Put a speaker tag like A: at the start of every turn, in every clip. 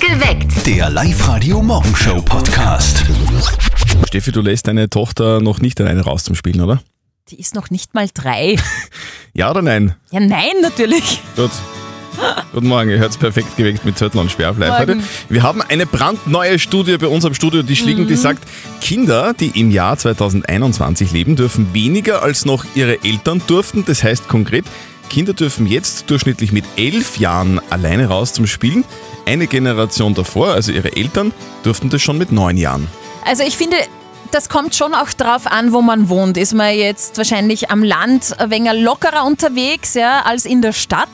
A: Geweckt.
B: Der Live-Radio-Morgenshow-Podcast.
C: Steffi, du lässt deine Tochter noch nicht alleine raus zum Spielen, oder?
D: Die ist noch nicht mal drei.
C: Ja oder nein?
D: Ja, nein, natürlich.
C: Gut. Guten Morgen, ihr hört's perfekt geweckt mit Zettel und Sperrfleisch heute.
D: Morgen.
C: Wir haben eine brandneue Studie bei uns am Studio, die schliegen, die sagt, Kinder, die im Jahr 2021 leben, dürfen weniger als noch ihre Eltern durften. Das heißt konkret, Kinder dürfen jetzt durchschnittlich mit elf Jahren alleine raus zum Spielen. Eine Generation davor, also ihre Eltern, durften das schon mit neun Jahren.
D: Also ich finde, das kommt schon auch drauf an, wo man wohnt. Ist man jetzt wahrscheinlich am Land ein wenig lockerer unterwegs ja, als in der Stadt?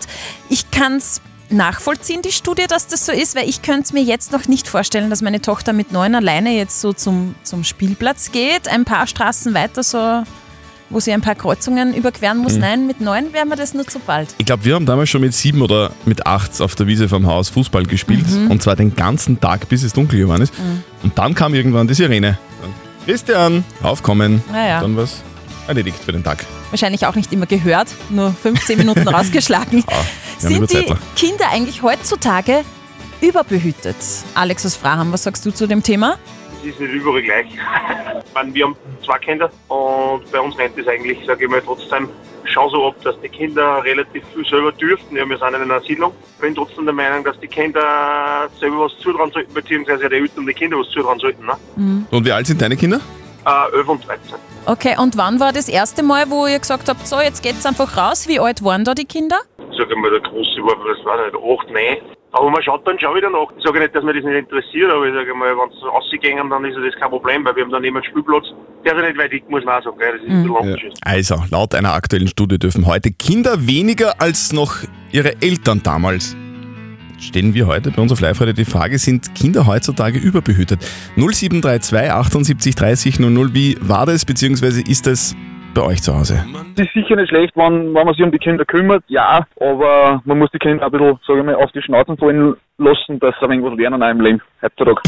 D: Ich kann es nachvollziehen, die Studie, dass das so ist, weil ich könnte es mir jetzt noch nicht vorstellen, dass meine Tochter mit neun alleine jetzt so zum, zum Spielplatz geht, ein paar Straßen weiter so wo sie ein paar Kreuzungen überqueren muss. Nein, mit neun wäre mir das nur zu bald.
C: Ich glaube, wir haben damals schon mit sieben oder mit acht auf der Wiese vom Haus Fußball gespielt.
D: Mhm.
C: Und zwar den ganzen Tag, bis es dunkel geworden ist. Und dann kam irgendwann die Sirene. Dann, Christian, aufkommen.
D: Ah ja.
C: Dann was erledigt für den Tag.
D: wahrscheinlich auch nicht immer gehört, nur 15 Minuten rausgeschlagen.
C: Ah, wir haben
D: Sind die
C: Überzeitler.
D: Kinder eigentlich heutzutage überbehütet? Alex aus Fraham, was sagst du zu dem Thema?
E: Es ist nicht überall gleich. Ich meine, wir haben zwei Kinder und bei uns nennt es eigentlich, sage ich mal, trotzdem schon so ab, dass die Kinder relativ viel selber dürften. Ja, wir sind in einer Siedlung. Ich bin trotzdem der Meinung, dass die Kinder selber was zutrauen sollten, beziehungsweise die Eltern die Kinder was zutrauen sollten. Ne?
C: Und wie alt sind deine Kinder?
E: Äh, 11 und 13.
D: Okay, und wann war das erste Mal, wo ihr gesagt habt, so, jetzt geht's einfach raus? Wie alt waren da die Kinder?
E: Sag ich mal, der Große war, das war nicht, 8, 9. Aber man schaut dann schon wieder nach. Ich sage nicht, dass mir das nicht interessiert, aber ich sage mal, wenn es rausgegangen, dann ist ja das kein Problem, weil wir haben dann immer einen Spielplatz. Der ist ja nicht weit weg, muss man auch sagen. gell? Das ist ein bisschen angeschissen.
C: Also, laut einer aktuellen Studie dürfen heute Kinder weniger als noch ihre Eltern damals. Jetzt Stellen wir heute bei uns auf live heute die Frage, sind Kinder heutzutage überbehütet? 0732 78 30 00, wie war das, beziehungsweise ist das bei euch zu Hause?
F: Es ist sicher nicht schlecht, wenn, wenn man sich um die Kinder kümmert, ja, aber man muss die Kinder auch ein bisschen, sage ich mal, auf die Schnauzen fallen lassen, dass sie ein wenig was lernen auch im Leben heutzutage.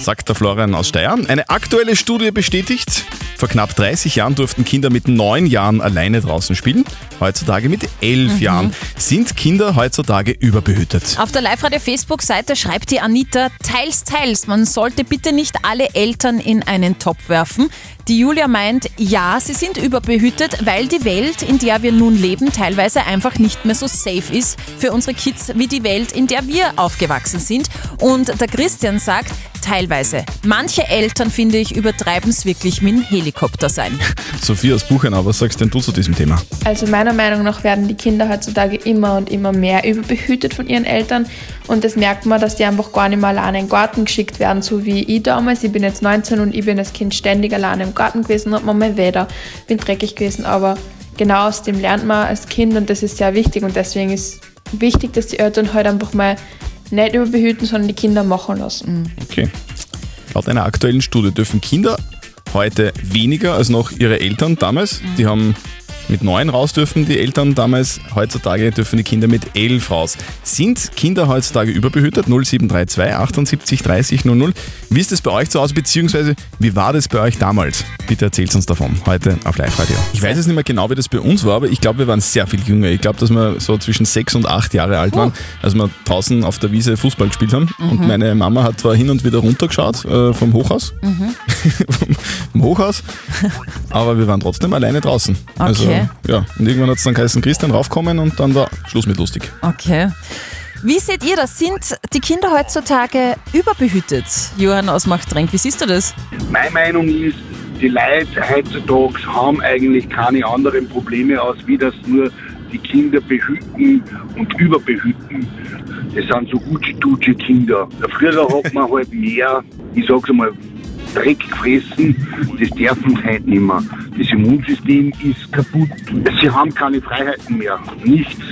C: sagt der Florian aus Steyr. Eine aktuelle Studie bestätigt, vor knapp 30 Jahren durften Kinder mit neun Jahren alleine draußen spielen, heutzutage mit elf Jahren. Sind Kinder heutzutage überbehütet?
D: Auf der Live-Radio-Facebook-Seite schreibt die Anita, teils, teils, man sollte bitte nicht alle Eltern in einen Topf werfen. Die Julia meint, ja, sie sind überbehütet, weil die Welt, in der wir nun leben, teilweise einfach nicht mehr so safe ist für unsere Kids wie die Welt, in der wir aufgewachsen sind. Und der Christian sagt, teilweise. Manche Eltern, finde ich, übertreiben es wirklich mit dem Helikopter sein.
C: Sophia aus Buchenau, was sagst denn du zu diesem Thema?
G: Also meiner Meinung nach werden die Kinder heutzutage immer und immer mehr überbehütet von ihren Eltern und das merkt man, dass die einfach gar nicht mehr alleine in den Garten geschickt werden, so wie ich damals. Ich bin jetzt 19 und ich bin als Kind ständig alleine im Garten gewesen und Mama weder. Bin dreckig gewesen, aber genau aus dem lernt man als Kind und das ist sehr wichtig und deswegen ist wichtig, dass die Eltern heute einfach mal nicht überbehüten, sondern die Kinder machen lassen.
H: Mhm.
C: Okay. Laut einer aktuellen Studie dürfen Kinder heute weniger als noch ihre Eltern damals. Die haben mit neun raus dürfen die Eltern damals. Heutzutage dürfen die Kinder mit elf raus. Sind Kinder heutzutage überbehütet? 0732 78 30 00. Wie ist das bei euch zu Hause? Beziehungsweise, wie war das bei euch damals? Bitte erzählt uns davon. Heute auf Live-Radio. Ich weiß jetzt nicht mehr genau, wie das bei uns war, aber ich glaube, wir waren sehr viel jünger. Ich glaube, dass wir so zwischen sechs und acht Jahre alt waren, als wir draußen auf der Wiese Fußball gespielt haben. Und meine Mama hat zwar hin und wieder runtergeschaut äh, vom Hochhaus. vom, vom Hochhaus. Aber wir waren trotzdem alleine draußen. Also,
D: Okay.
C: ja. Und irgendwann hat es dann geheißen, Christian raufkommen und dann war Schluss mit lustig.
D: Okay. Wie seht ihr das? Sind die Kinder heutzutage überbehütet? Johann aus Machtrenk, wie siehst du das?
H: Meine Meinung ist, die Leute heutzutage haben eigentlich keine anderen Probleme aus, wie das nur die Kinder behüten und überbehüten. Das sind so gutsche Kinder. Früher hat man halt mehr, ich sag's mal, Dreck gefressen, das dürfen sie heute nicht mehr. Das Immunsystem ist kaputt. Sie haben keine Freiheiten mehr. Nichts.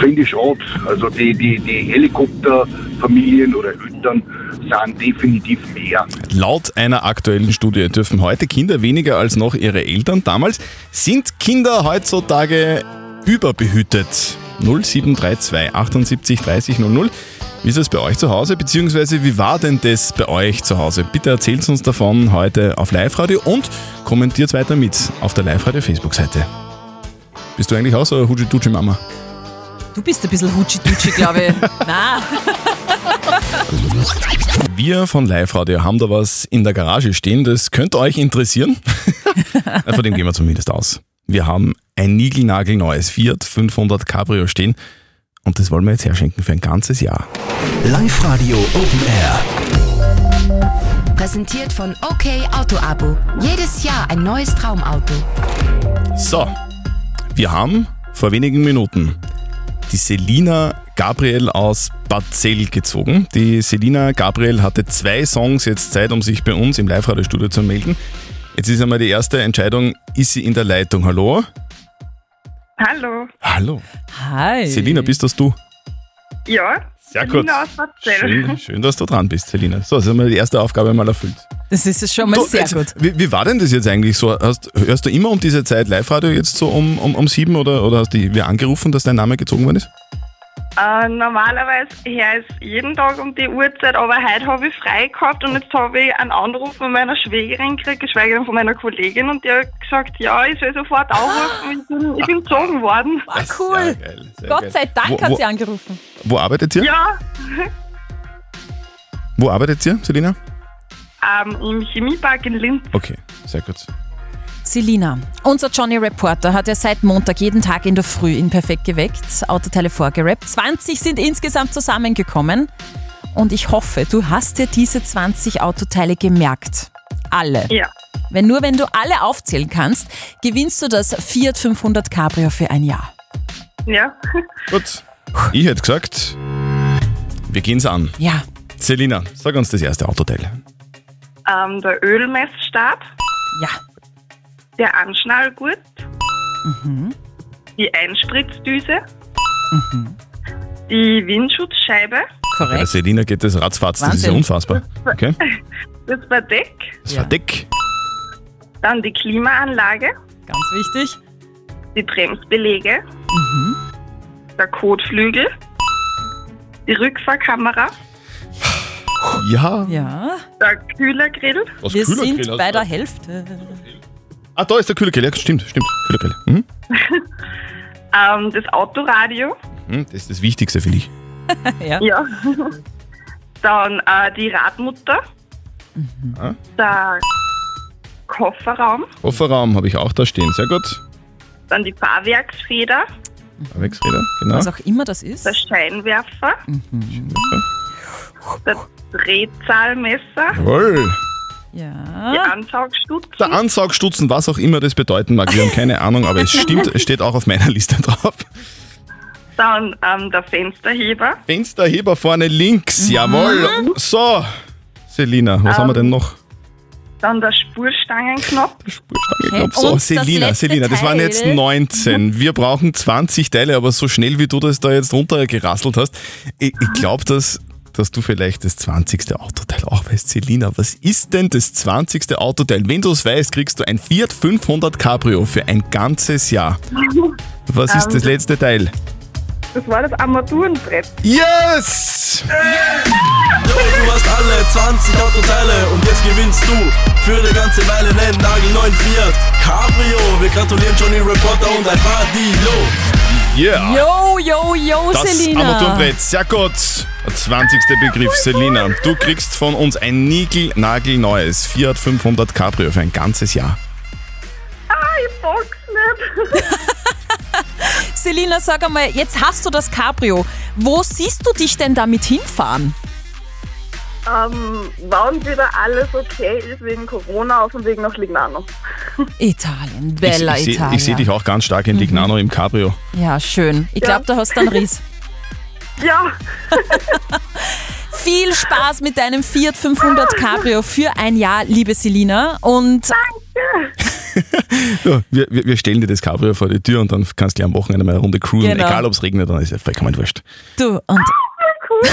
H: Finde ich schade. Also die, die, die Helikopterfamilien oder Eltern sind definitiv mehr.
C: Laut einer aktuellen Studie dürfen heute Kinder weniger als noch ihre Eltern damals. Sind Kinder heutzutage überbehütet? 0732 78 30 00. Wie ist es bei euch zu Hause? Beziehungsweise wie war denn das bei euch zu Hause? Bitte erzählt uns davon heute auf Live-Radio und kommentiert weiter mit auf der Live-Radio-Facebook-Seite. Bist du eigentlich auch so eine Hutschi-Tutschi-Mama?
D: Du bist ein bisschen Hutschi-Dutschi, glaube ich. Na,
C: Wir von Live Radio haben da was in der Garage stehen, das könnte euch interessieren. Von dem gehen wir zumindest aus. Wir haben ein niegelnagelneues Fiat 500 Cabrio stehen und das wollen wir jetzt herschenken für ein ganzes Jahr.
A: Live Radio Open Air.
B: Präsentiert von OK Auto Abo. Jedes Jahr ein neues Traumauto.
C: So, wir haben vor wenigen Minuten die Selina Gabriel aus Bazell gezogen. Die Selina Gabriel hatte zwei Songs jetzt Zeit, um sich bei uns im Live-Radio-Studio zu melden. Jetzt ist einmal die erste Entscheidung, ist sie in der Leitung? Hallo?
I: Hallo.
C: Hallo.
D: Hi.
C: Selina, bist das du?
I: Ja,
C: Sehr
I: Selina aus Marzell.
C: Schön, schön, dass du dran bist, Selina. So, jetzt haben wir die erste Aufgabe mal erfüllt.
D: Das ist es schon mal
C: Du,
D: sehr
C: jetzt,
D: gut.
C: Wie, wie war denn das jetzt eigentlich so? Hast, hörst du immer um diese Zeit Live-Radio jetzt so um, um, um sieben oder, oder hast du wer angerufen, dass dein Name gezogen worden ist?
I: Äh, normalerweise her ist jeden Tag um die Uhrzeit, aber heute habe ich frei gehabt und jetzt habe ich einen Anruf von meiner Schwägerin gekriegt, geschweige denn von meiner Kollegin und die hat gesagt, ja, ich soll sofort aufrufen, ich bin, ich bin gezogen worden.
D: Ah, cool.
C: Sehr geil, sehr geil.
D: Gott sei Dank
C: Wo-
D: hat
C: wo-
D: sie angerufen.
C: Wo arbeitet ihr?
I: Ja,
C: Wo arbeitet ihr, Selina?
I: ähm, im Chemiepark in Linz.
C: Okay, sehr gut.
D: Selina, unser Johnny Reporter hat ja seit Montag jeden Tag in der Früh in Perfekt geweckt, Autoteile vorgerappt. 20 sind insgesamt zusammengekommen. Und ich hoffe, du hast dir diese 20 Autoteile gemerkt. Alle.
I: Ja,
D: Wenn nur wenn du alle aufzählen kannst, gewinnst du das Fiat 500 Cabrio für ein Jahr.
I: ja.
C: Gut. Ich hätte gesagt, wir gehen's an.
D: Ja,
C: Selina, sag uns das erste Autoteil.
I: Ähm, der Ölmessstab,
D: ja.
I: der Anschnallgurt, die Einspritzdüse, die Windschutzscheibe,
C: Bei der
D: Korrekt.
C: Selina geht das ratzfatz, das ist ja
D: Wahnsinn.
C: unfassbar. Okay?
I: das Verdeck,
C: Das
D: Ja.
C: Verdeck,
I: dann die Klimaanlage,
D: Ganz wichtig.
I: die Bremsbeläge, der Kotflügel, die Rückfahrkamera,
C: ja.
D: Ja.
I: der Kühlergrill,
C: Was
D: Wir
C: Kühlergrill
D: sind
C: hast du
D: bei
C: da?
D: der Hälfte.
C: Ah, da ist der Kühlergrill, ja, stimmt, stimmt, Kühlergrill. Mhm.
I: ähm, das Autoradio,
C: Mhm, Das ist das Wichtigste, finde ich.
D: Ja.
I: ja. dann äh, die Radmutter,
C: Ah.
I: der Kofferraum,
C: Kofferraum habe ich auch da stehen, sehr gut.
I: dann die Fahrwerksfeder,
C: Wechsräder, genau.
D: Was auch immer das ist.
I: der Scheinwerfer, der Drehzahlmesser,
C: Jawohl.
I: die
D: Ja.
I: Ansaugstutzen,
C: Der Ansaugstutzen, was auch immer das bedeuten mag, wir haben keine Ahnung, aber es stimmt, es steht auch auf meiner Liste drauf.
I: dann ähm, der Fensterheber,
C: Fensterheber vorne links,
D: Mhm.
C: jawohl. So, Selina, was haben wir denn noch?
I: dann der Spurstangenknopf.
C: Spurstange,
D: Okay,
C: So,
D: und das
C: Selina,
D: letzte
C: Selina, das waren
D: Teil.
C: jetzt 19. Wir brauchen 20 Teile, aber so schnell wie du das da jetzt runtergerasselt hast, ich, ich glaube, dass, dass du vielleicht das 20. Autoteil auch weißt. Selina, was ist denn das 20. Autoteil? Wenn du es weißt, kriegst du ein Fiat 500 Cabrio für ein ganzes Jahr. Was ist das letzte Teil?
I: Ähm, Das war das Armaturenbrett.
C: Yes!
J: Du hast alle 20 Autoteile und jetzt gewinnst du für eine ganze Weile einen nagelneuen Fiat Cabrio. Wir gratulieren Johnny Reporter und ein Radio.
C: Yeah!
D: Yo, yo, yo,
C: Das
D: Selina.
C: Armaturenbrett, sehr gut. Der 20. Begriff, Selina. Du kriegst von uns ein niegelnagelneues Fiat 500 Cabrio für ein ganzes Jahr.
I: Ah, ich box nicht.
D: Selina, sag einmal, jetzt hast du das Cabrio. Wo siehst du dich denn damit hinfahren?
I: Ähm, wann wieder alles okay ist wegen Corona auf dem Weg nach Lignano.
D: Italien, Bella
C: ich ich sehe
D: Italia. Mhm.
C: seh dich auch ganz stark in Lignano im Cabrio.
D: Ja, schön. Ich glaube, da hast du einen Ries.
I: Ja,
D: Viel Spaß mit deinem Fiat 500 Cabrio für ein Jahr, liebe Selina. Und
C: Ja, wir, wir wir stellen dir das Cabrio vor die Tür und dann kannst du gleich am Wochenende mal eine Runde cruisen.
D: Genau.
C: Egal ob es regnet, dann ist ja vollkommen wurscht.
D: du und.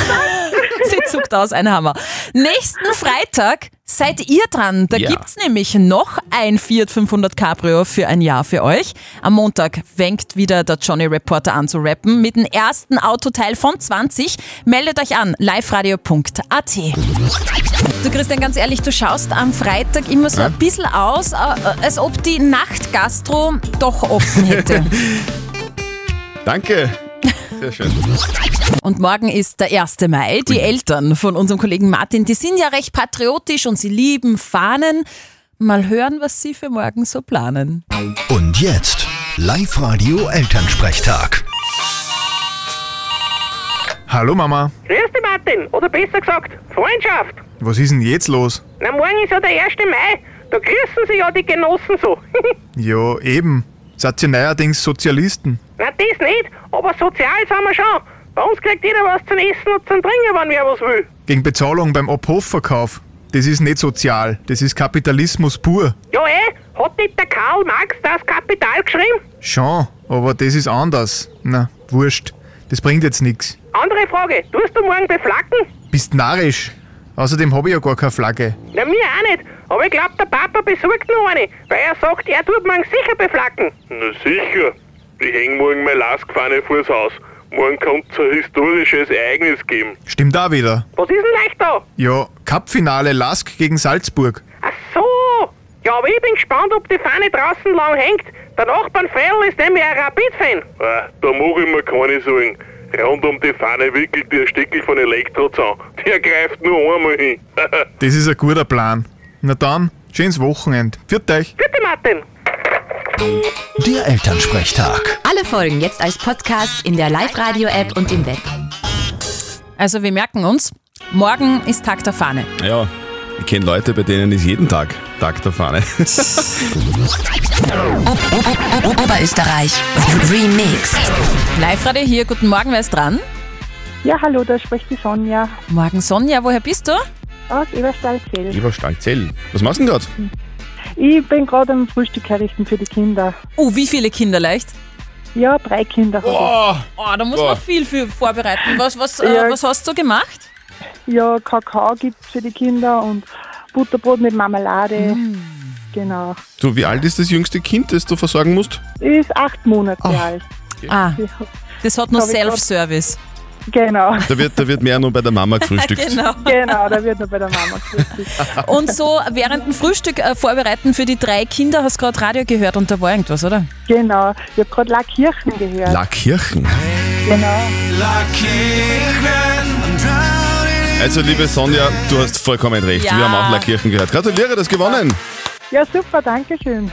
D: Sie zuckt aus, ein Hammer. Nächsten Freitag seid ihr dran. Da
C: Ja.
D: gibt's nämlich noch ein Fiat 500 Cabrio für ein Jahr für euch. Am Montag fängt wieder der Johnny Reporter an zu rappen mit dem ersten Autoteil von 20. Meldet euch an, liveradio.at. Du Christian, ganz ehrlich, du schaust am Freitag immer so ein bisschen aus, äh, als ob die Nachtgastro doch offen hätte.
C: Danke. Sehr schön.
D: Und morgen ist der 1. Mai. Die Eltern von unserem Kollegen Martin, die sind ja recht patriotisch und sie lieben Fahnen. Mal hören, was sie für morgen so planen.
A: Und jetzt Live-Radio Elternsprechtag.
K: Hallo Mama,
I: Grüß dich, Martin. Oder besser gesagt, Freundschaft.
K: was ist denn jetzt los?
I: Na, morgen ist ja der 1. Mai. Da grüßen sie ja die Genossen so.
K: Ja, eben. Seid ihr neuerdings Sozialisten?
I: Na, das nicht, aber sozial sind wir schon. Bei uns kriegt jeder was zum Essen und zum Trinken, wenn wer was will.
K: Gegen Bezahlung beim Abhofverkauf? Das ist nicht sozial, das ist Kapitalismus pur.
I: Ja, eh, hat nicht der Karl Marx das Kapital geschrieben?
K: Schon, aber das ist anders. Na, wurscht. Das bringt jetzt nichts.
I: Andere Frage, tust du morgen beflacken?
K: Bist narrisch. Außerdem habe ich ja gar keine Flagge.
I: Na, mir auch nicht. Aber ich glaub, der Papa besorgt noch eine, weil er sagt, er tut morgen sicher beflacken.
L: Na sicher. Ich häng morgen meine Lastgefahrene vors Haus. Morgen kann's ein historisches Ereignis geben.
K: Stimmt da wieder.
I: Was ist denn leicht da?
K: Ja, Cupfinale Lask gegen Salzburg.
I: Ach so! Ja, aber ich bin gespannt, ob die Fahne draußen lang hängt. Der Nachbarn Fredl ist nämlich ein Rapid-Fan.
L: Ah, da mach ich mir keine Sorgen. Rund um die Fahne wickelt der Stickel von Elektrozahn. Der greift nur einmal hin.
K: Das ist ein guter Plan. Na dann, schönes Wochenende. Viert euch.
I: Bitte, Martin!
A: Der Elternsprechtag.
B: Alle Folgen jetzt als Podcast in der Live-Radio-App und im Web.
D: Also wir merken uns, morgen ist Tag der Fahne.
C: Ja, ich kenne Leute, bei denen ist jeden Tag Tag der Fahne.
B: Oberösterreich. Remixed.
D: Live Radio hier, guten Morgen, wer ist dran?
H: Ja, hallo, da spricht die Sonja
D: Morgen Sonja, woher bist du?
H: aus Eberstallzell.
C: Eberstallzell. Was machst du denn dort?
H: Ich bin gerade am Frühstück herrichten für die Kinder.
D: Oh, wie viele Kinder leicht?
H: Ja, drei Kinder habe
D: Oh, da muss
C: Boah.
D: man viel für vorbereiten. Was, was, äh,
H: Ja.
D: was hast du gemacht?
H: ich. Ja, Kakao gibt es für die Kinder und Butterbrot mit Marmelade. Genau.
C: Du, wie alt ist das jüngste Kind, das du versorgen musst?
H: Ist acht Monate alt.
D: Ah,
H: Ja,
D: das hat nur
H: Hab ich grad-
D: Self-Service.
H: Genau,
C: Da wird, da wird mehr nur bei der Mama gefrühstückt.
D: Genau.
H: genau, da wird noch bei der Mama gefrühstückt.
D: Und so während dem Frühstück äh, vorbereiten für die drei Kinder, hast gerade Radio gehört und da war irgendwas, oder?
H: Genau, ich habe gerade La Kirchen gehört.
C: La Kirchen.
H: genau.
C: Also, liebe Sonja, du hast vollkommen recht.
D: Ja.
C: Wir haben auch La Kirchen gehört. Gratuliere, das gewonnen.
H: Ja, super, danke schön.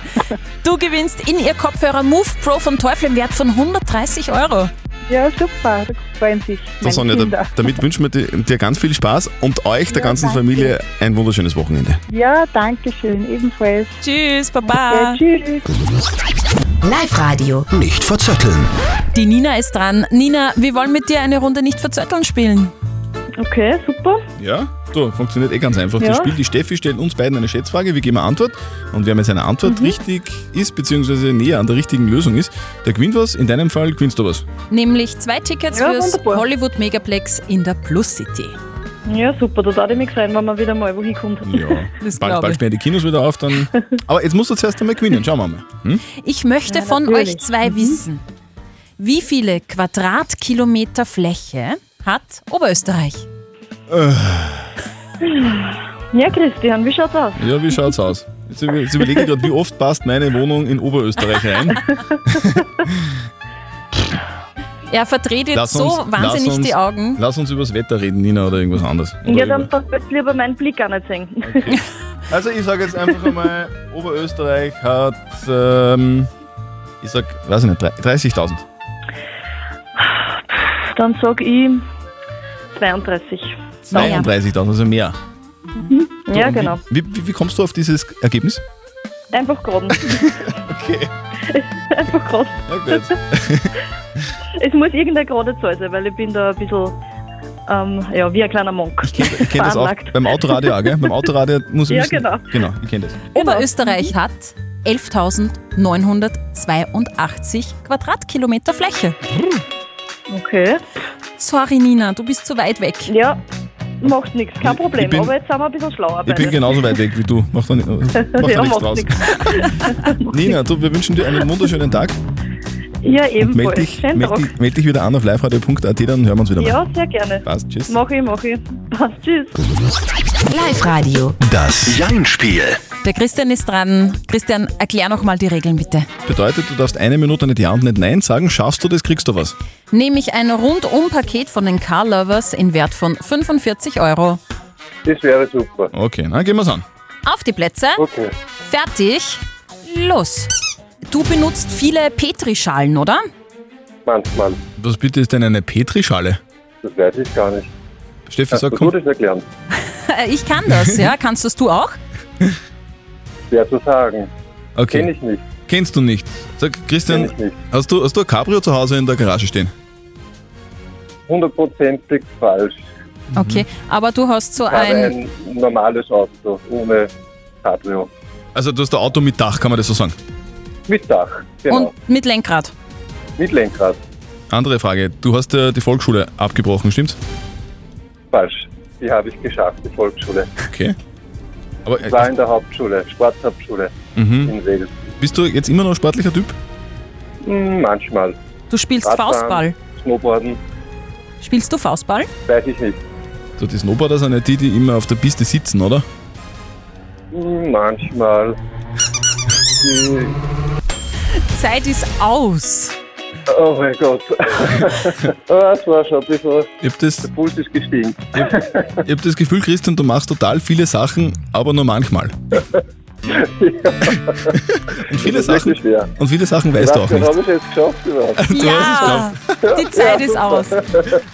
D: Du gewinnst in ihr Kopfhörer Move Pro von Teufel im Wert von 130 Euro.
H: Ja, super, da freuen sich
C: So,
H: meine
C: Sonja,
H: Kinder.
C: da, damit wünschen wir dir, dir ganz viel Spaß und euch, der ganzen
H: danke.
C: Familie, ein wunderschönes Wochenende.
H: Ja, danke schön, ebenfalls.
D: Tschüss, Baba.
H: Ja, tschüss.
B: Live-Radio.
A: Nicht verzetteln.
D: Die Nina ist dran. Nina, wir wollen mit dir eine Runde nicht verzötteln spielen.
H: Okay, super.
C: Ja, so, funktioniert eh ganz einfach. Das
H: Ja.
C: Spiel, die Steffi stellt uns beiden eine Schätzfrage, wir geben eine Antwort und wer mit seiner Antwort
H: Mhm.
C: richtig ist, beziehungsweise näher an der richtigen Lösung ist, der gewinnt was. In deinem Fall gewinnst du was.
D: Nämlich zwei Tickets
H: Ja,
D: fürs
H: wunderbar.
D: Hollywood Megaplex in der Plus City.
H: Ja, super, da darf ich mich freuen, wenn man wieder mal wohin kommt.
C: Ja,
D: Das
C: bald,
D: glaub
C: bald
D: ich.
C: sperren die Kinos wieder auf, dann. Aber jetzt musst du zuerst einmal gewinnen, schauen wir mal. Hm?
D: Ich möchte von euch zwei
H: Mhm.
D: wissen, wie viele Quadratkilometer Fläche hat Oberösterreich?
H: Ja, Christian, wie schaut's aus?
C: Ja, wie schaut's aus? Jetzt, über- jetzt überlege ich gerade, wie oft passt meine Wohnung in Oberösterreich ein.
D: Er verdreht jetzt
C: Lass
D: so
C: uns-
D: wahnsinnig
C: lass uns-
D: die Augen.
C: Lass uns über das Wetter reden, Nina, oder irgendwas anderes. Oder
H: Ja,
C: über-
H: dann darf ich lieber meinen Blick auch nicht sehen.
C: Okay. Also ich sage jetzt einfach einmal, Oberösterreich hat, ähm, ich sag, weiß ich nicht, 30.000.
H: Dann sag ich 32.
C: 32.000, also mehr.
H: Ja,
C: Und wie-
H: genau.
C: Wie, wie, wie kommst du auf dieses Ergebnis?
H: Einfach gerade.
C: Okay,
H: Einfach gerade.
C: na gut.
H: Es muss irgendeine gerade Zahl sein, weil ich bin da ein bisschen, ähm, ja, wie ein kleiner Monk.
C: Ich kenne kenn das auch
H: Veranlagt.
C: beim Autoradio auch, gell? Beim Autoradio muss ich
H: Ja,
C: wissen.
H: genau.
C: Genau, ich kenne das.
D: Oberösterreich hat 11.982 Quadratkilometer Fläche.
H: Okay.
D: Sorry, Nina, du bist zu weit weg.
H: Ja, macht nichts, kein
C: Ich-
H: Problem.
C: ich bin-
H: Aber jetzt sind wir ein bisschen schlauer.
C: Ich bin genau genauso
H: beide.
C: weit weg wie du. Macht doch nicht- macht doch
H: Ja,
C: nichts
H: macht
C: draus.
H: nichts.
C: Nina, du, wir wünschen dir einen wunderschönen Tag.
M: Ja,
C: Meld
M: ebenfalls.
C: dich,
M: Schönen
C: meld,
M: Tag.
C: dich, meld dich wieder an auf liveradio.at, dann hören wir uns wieder
M: Ja,
C: mal.
M: sehr gerne.
C: Passt, tschüss.
M: Mach ich, mach ich. Passt, tschüss.
D: Live Radio.
A: Das Jein-Spiel.
D: Der Christian ist dran. Christian, erklär nochmal die Regeln bitte.
C: Bedeutet, du darfst eine Minute nicht Ja und nicht Nein sagen. Schaffst du das, kriegst du was.
D: Nehme ich ein Rundum-Paket von den Car Lovers in Wert von 45 Euro.
C: Das wäre super. Okay, na, gehen wir's an.
D: Auf die Plätze. Okay. Fertig. Los. Du benutzt viele Petrischalen, oder?
N: Manchmal.
C: Was bitte ist denn eine Petrischale?
N: Das weiß ich gar nicht.
C: Steffi,
N: Kannst
C: sag,
N: du
C: komm.
N: das erklären?
D: Ich kann das, ja. Kannst das du auch?
N: Schwer zu sagen.
C: Okay.
N: Kenn ich nicht.
C: Kennst du nicht. Sag, Christian, hast du, hast du ein Cabrio zu Hause in der Garage stehen?
N: Hundertprozentig falsch.
C: Mhm.
D: Okay. Aber du hast so
N: Ich habe
D: ein.
N: ein normales Auto ohne Cabrio.
C: Also, du hast ein Auto mit Dach, kann man das so sagen?
N: Mit Dach, genau.
D: Und mit Lenkrad.
N: Mit Lenkrad.
C: Andere Frage. Du hast äh, die Volksschule abgebrochen, stimmt's?
N: Falsch. Die habe ich geschafft, die Volksschule.
C: Okay. Aber, äh,
N: ich war in der Hauptschule, Sporthauptschule
C: Mhm.
N: in Wels.
C: Bist du jetzt immer noch ein sportlicher Typ?
N: Hm, Manchmal.
D: Du spielst
N: Radfahren,
D: Faustball.
N: Snowboarden,
D: Spielst du Faustball?
N: weiß ich nicht.
C: So, die Snowboarder sind ja die, die immer auf der Piste sitzen, oder?
N: Hm, Manchmal. Hm,
D: Zeit ist aus.
N: Oh mein Gott. das war schon ein bisschen.
C: Ich hab das,
N: Der Puls ist gestiegen.
C: ich hab, ich hab das Gefühl, Christian, du machst total viele Sachen, aber nur manchmal. und, viele
N: Das ist
C: Sachen,
N: wirklich schwer.
C: und viele Sachen weißt du auch
N: Was,
C: nicht.
N: habe ich jetzt geschafft überhaupt?
C: Du hast
D: Die Zeit ist aus.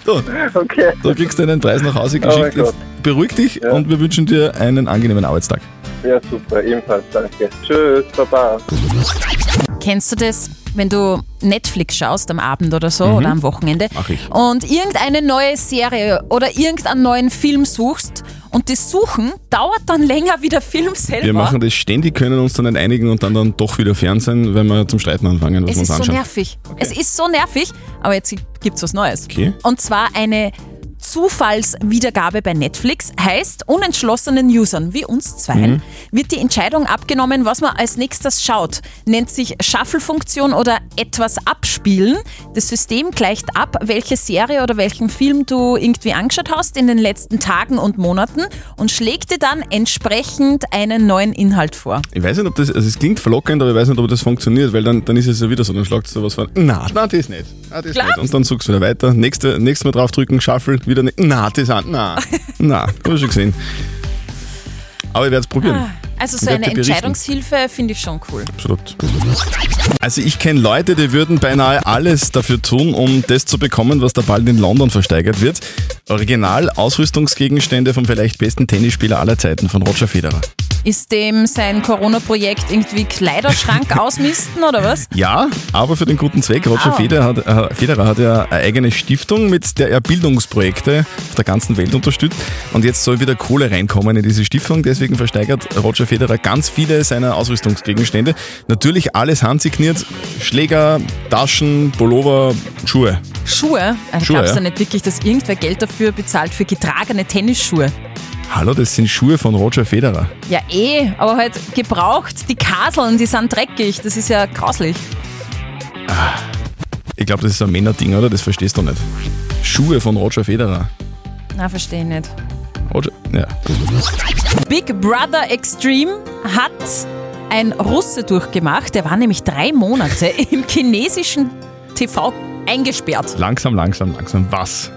C: So,
N: Okay.
C: du kriegst deinen Preis nach Hause
N: Oh mein
C: geschickt.
N: Gott.
C: Jetzt beruhig dich und wir wünschen dir einen angenehmen Arbeitstag.
N: Ja, super, ebenfalls, danke. Tschüss, baba.
D: Kennst du das, wenn du Netflix schaust am Abend oder so
N: Mhm.
D: oder am Wochenende
N: Mach ich.
D: und irgendeine neue Serie oder irgendeinen neuen Film suchst und das Suchen dauert dann länger wie der Film selber?
C: Wir machen das ständig, können uns dann nicht einigen und dann, dann doch wieder Fernsehen, wenn wir zum Streiten anfangen, was
D: es
C: wir uns
D: ist so
C: anschauen.
D: nervig. Es ist so nervig, aber jetzt gibt es was Neues.
C: Okay.
D: Und zwar eine Zufallswiedergabe bei Netflix heißt, unentschlossenen Usern wie uns zweien
O: Mhm.
D: wird die Entscheidung abgenommen, was man als nächstes schaut. Nennt sich Shuffle-Funktion oder etwas abspielen. Das System gleicht ab, welche Serie oder welchen Film du irgendwie angeschaut hast in den letzten Tagen und Monaten und schlägt dir dann entsprechend einen neuen Inhalt vor.
C: Ich weiß nicht, ob das, also es klingt verlockend, aber ich weiß nicht, ob das funktioniert, weil dann, dann ist es ja wieder so, dann schlagt du was von, na, na, das nicht. Na, das nicht. Und dann suchst du wieder weiter, nächste, nächstes Mal draufdrücken, Shuffle, wieder nicht, na, das an, na, na, hab ich schon gesehen. Aber ich werde es probieren.
D: Also
C: Ich
D: so
C: werd
D: eine
C: dir berichten.
D: Entscheidungshilfe finde ich schon cool.
C: Absolut. Also ich kenne Leute, die würden beinahe alles dafür tun, um das zu bekommen, was da bald in London versteigert wird. Original Ausrüstungsgegenstände vom vielleicht besten Tennisspieler aller Zeiten von Roger Federer.
D: Ist dem sein Corona-Projekt irgendwie Kleiderschrank ausmisten oder was?
C: Ja, aber für den guten Zweck. Roger
D: Au.
C: Federer hat, äh, Federer hat ja eine eigene Stiftung, mit der er Bildungsprojekte auf der ganzen Welt unterstützt. Und jetzt soll wieder Kohle reinkommen in diese Stiftung. Deswegen versteigert Roger Federer ganz viele seiner Ausrüstungsgegenstände. Natürlich alles handsigniert. Schläger, Taschen, Pullover, Schuhe.
D: Schuhe? Ich
C: Schuhe,
D: glaube es
C: ja.
D: ja nicht wirklich, dass irgendwer Geld dafür bezahlt für getragene Tennisschuhe.
C: Hallo, das sind Schuhe von Roger Federer.
D: Ja eh, aber halt gebraucht, die Kaseln, die sind dreckig, das ist ja grauslich.
C: Ich glaube, das ist ein Männerding, oder? Das verstehst du nicht. Schuhe von Roger Federer.
D: Na, verstehe ich nicht.
C: Roger, ja.
D: Big Brother Extreme hat ein Russe durchgemacht, der war nämlich drei Monate im chinesischen TV eingesperrt.
C: Langsam, langsam, langsam. Was?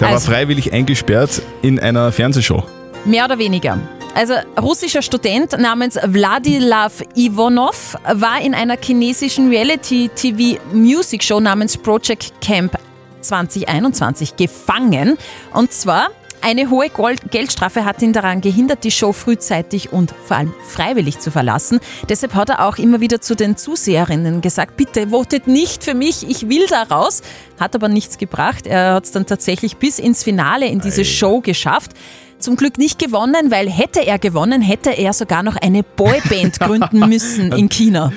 C: Der
D: Also-
C: war freiwillig eingesperrt in einer Fernsehshow.
D: Mehr oder weniger. Also russischer Student namens Wladislav Ivanov war in einer chinesischen Reality-TV-Music-Show namens Project Camp 2021 gefangen. Und zwar eine hohe Gold Geldstrafe hat ihn daran gehindert, die Show frühzeitig und vor allem freiwillig zu verlassen. Deshalb hat er auch immer wieder zu den Zuseherinnen gesagt, bitte votet nicht für mich, ich will da raus. Hat aber nichts gebracht. Er hat es dann tatsächlich bis ins Finale in diese Show geschafft. Zum Glück nicht gewonnen, weil hätte er gewonnen, hätte er sogar noch eine Boyband gründen müssen in China.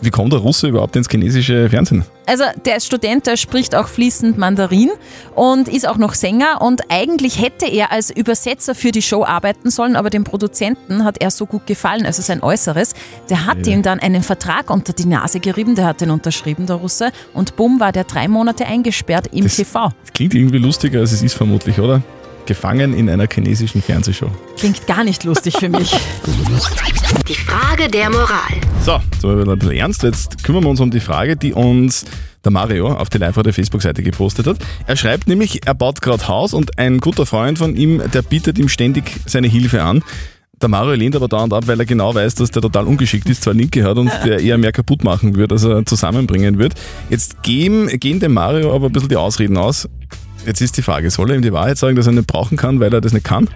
C: Wie kommt der Russe überhaupt ins chinesische Fernsehen?
D: Also der ist Student, der spricht auch fließend Mandarin und ist auch noch Sänger und eigentlich hätte er als Übersetzer für die Show arbeiten sollen, aber dem Produzenten hat er so gut gefallen, also sein Äußeres, der hat
C: Ja.
D: ihm dann einen Vertrag unter die Nase gerieben, der hat den unterschrieben, der Russe, und bumm war der drei Monate eingesperrt im TV.
C: Das klingt irgendwie lustiger, als es ist vermutlich, oder? Gefangen in einer chinesischen Fernsehshow.
D: Klingt gar nicht lustig für mich.
B: Die Frage der Moral.
C: So, jetzt sind wir wieder ein bisschen ernst. Jetzt kümmern wir uns um die Frage, die uns der Mario auf die live der Facebook-Seite gepostet hat. Er schreibt nämlich, er baut gerade Haus und ein guter Freund von ihm, der bietet ihm ständig seine Hilfe an. Der Mario lehnt aber dauernd ab, weil er genau weiß, dass der total ungeschickt ist, zwei Linke hat und der eher mehr kaputt machen wird, als er zusammenbringen wird. Jetzt gehen, gehen dem Mario aber ein bisschen die Ausreden aus. Jetzt ist die Frage, soll er ihm die Wahrheit sagen, dass er ihn nicht brauchen kann, weil er das nicht kann?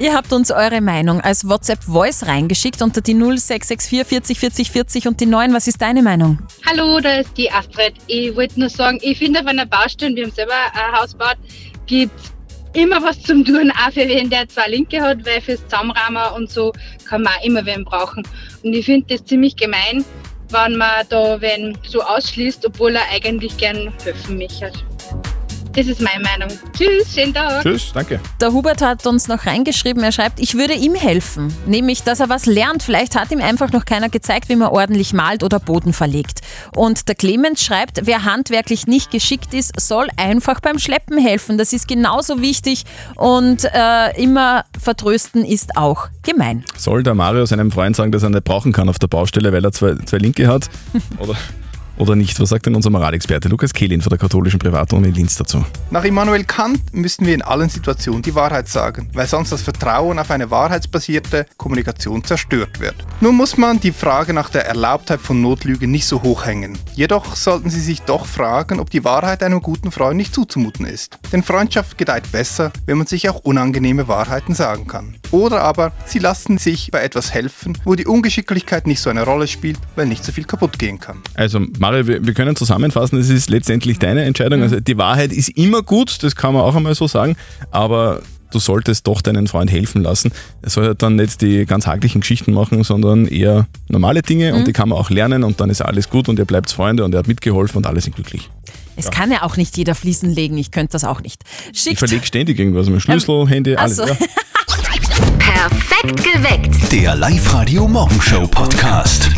D: Ihr habt uns eure Meinung als WhatsApp-Voice reingeschickt unter die 0664 40 40 40 und die 9. Was ist deine Meinung?
P: Hallo, da ist die Astrid. Ich wollte nur sagen, ich finde auf einer Baustelle, wir haben selber ein Haus gebaut, gibt immer was zum Tun, auch für wen, der zwei Linke hat, weil fürs Zusammenrahmen und so kann man auch immer wen brauchen. Und ich finde das ziemlich gemein, wenn man da wen so ausschließt, obwohl er eigentlich gern helfen möchte. Das ist meine Meinung. Tschüss, schönen Tag.
C: danke.
D: Der Hubert hat uns noch reingeschrieben, er schreibt, ich würde ihm helfen. Nämlich, dass er was lernt. Vielleicht hat ihm einfach noch keiner gezeigt, wie man ordentlich malt oder Boden verlegt. Und der Clemens schreibt, wer handwerklich nicht geschickt ist, soll einfach beim Schleppen helfen. Das ist genauso wichtig und äh, immer vertrösten ist auch gemein.
C: Soll der Mario seinem Freund sagen, dass er ihn nicht brauchen kann auf der Baustelle, weil er zwei, zwei Linke hat? Oder, oder nicht? Was sagt denn unser Moralexperte Lukas Kehlin von der katholischen Privatuni Linz dazu?
H: Nach Immanuel Kant müssen wir in allen Situationen die Wahrheit sagen, weil sonst das Vertrauen auf eine wahrheitsbasierte Kommunikation zerstört wird. Nun muss man die Frage nach der Erlaubtheit von Notlügen nicht so hochhängen. Jedoch sollten Sie sich doch fragen, ob die Wahrheit einem guten Freund nicht zuzumuten ist. Denn Freundschaft gedeiht besser, wenn man sich auch unangenehme Wahrheiten sagen kann. Oder aber Sie lassen sich bei etwas helfen, wo die Ungeschicklichkeit nicht so eine Rolle spielt, weil nicht so viel kaputt gehen kann.
C: Also, Mario, wir, wir können zusammenfassen, es ist letztendlich deine Entscheidung. Also, die Wahrheit ist immer gut, das kann man auch einmal so sagen, aber du solltest doch deinen Freund helfen lassen. Er soll halt dann nicht die ganz haklichen Geschichten machen, sondern eher normale Dinge und die kann man auch lernen und dann ist alles gut und ihr bleibt Freunde und er hat mitgeholfen und alle sind glücklich.
D: Es kann ja auch nicht jeder Fliesen legen, ich könnte das auch nicht.
C: Ich
D: Schickt
C: verlege ständig irgendwas mit Schlüssel, Handy, alles.
D: Also-
C: Ja.
B: Perfekt geweckt.
A: Der Live-Radio Morgenshow Podcast.